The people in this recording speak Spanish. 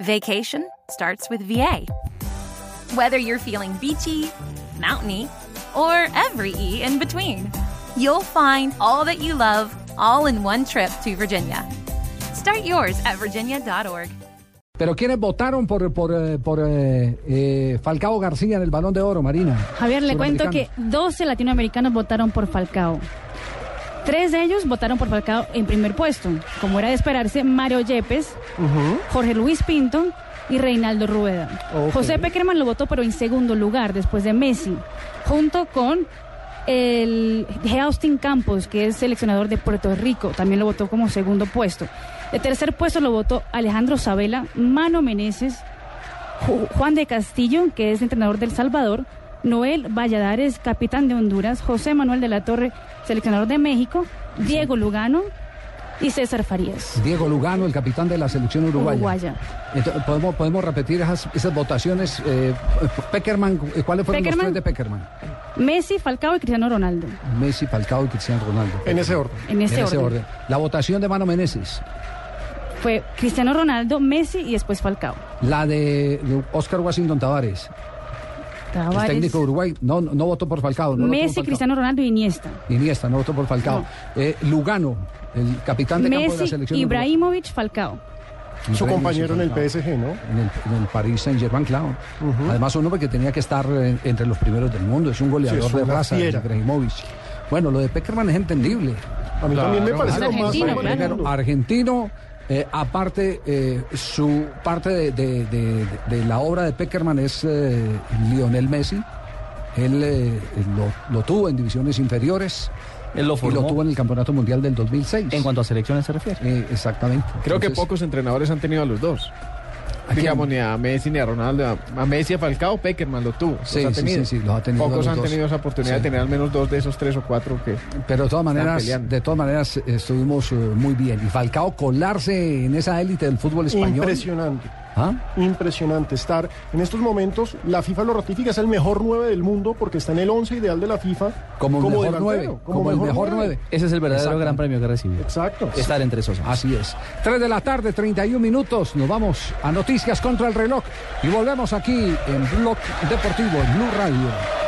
Vacation starts with VA. Whether you're feeling beachy, mountainy, or every E in between, you'll find all that you love all in one trip to Virginia. Start yours at virginia.org. Pero quienes votaron por, por, eh, por eh, eh, Falcao García en el Balón de Oro, Marina. Javier, le cuento que 12 latinoamericanos votaron por Falcao. Tres de ellos votaron por Falcao en primer puesto, como era de esperarse, Mario Yepes, Jorge Luis Pinto y Reinaldo Rueda. Ok. José Peckerman lo votó, pero en segundo lugar, después de Messi, junto con el G. Austin Campos, que es seleccionador de Puerto Rico, también lo votó como segundo puesto. De tercer puesto lo votó Alejandro Sabela, Mano Meneses, Ju- Juan de Castillo, que es entrenador del Salvador, Noel Valladares, capitán de Honduras, José Manuel de la Torre, seleccionador de México, Diego Lugano y César Farías. Diego Lugano, el capitán de la selección uruguaya. Uruguaya. Entonces, ¿podemos, podemos repetir esas, esas votaciones. eh, Peckerman, eh, ¿cuáles fueron Peckerman. los tres de Peckerman? Messi, Falcao y Cristiano Ronaldo. Messi, Falcao y Cristiano Ronaldo. En ese orden. En ese, orden. La votación de Mano Meneses. Fue Cristiano Ronaldo, Messi y después Falcao. La de Oscar Washington Tavares, el Tavares, técnico de Uruguay. No, no, no votó por Falcao. No votó Messi, por Falcao. Cristiano Ronaldo y Iniesta. Iniesta, no votó por Falcao. Eh, Lugano, el capitán de campo de la Messi, selección uruguaya. Ibrahimovic, Falcao. Su compañero en el Falcao. PSG, ¿no? en el, en el Paris Saint Germain, claro. Además, un hombre que tenía que estar eh, entre los primeros del mundo. Es un goleador Sí, es de una raza, fiera. Ibrahimovic. Bueno, lo de Peckerman es entendible. A mí también me parece lo más Argentina, normal del claro. mundo. Argentino, eh, aparte, eh, su parte de, de- de- de la obra de Peckerman es eh, Lionel Messi. Él eh, lo, lo tuvo en divisiones inferiores Él lo y lo formó. tuvo en el Campeonato Mundial del 2006. En cuanto a selecciones se refiere. Eh, exactamente. Creo que Entonces, pocos entrenadores han tenido a los dos. quién? Digamos, ni a Messi ni a Ronaldo. A a Messi, a Falcao, Peckerman lo tuvo. los Sí, ha sí, tenido. sí, sí, los ha tenido Pocos los han dos. tenido esa oportunidad Sí. de tener al menos dos de esos tres o cuatro que... Pero de todas maneras, peleando. de todas maneras eh, estuvimos eh, muy bien. Y Falcao colarse en esa élite del fútbol español. Impresionante. ¿Ah? Impresionante estar en estos momentos. La FIFA lo ratifica, es el mejor 9 del mundo porque está en el 11 ideal de la FIFA. Como, el mejor delantero, nueve, como, el mejor nueve. Ese es el verdadero gran premio que recibió. Exacto. Estar entre esos. once. Así es. 3 de la tarde, 31 minutos. Nos vamos a Noticias contra el reloj. Y volvemos aquí en Blog Deportivo, en Blue Radio.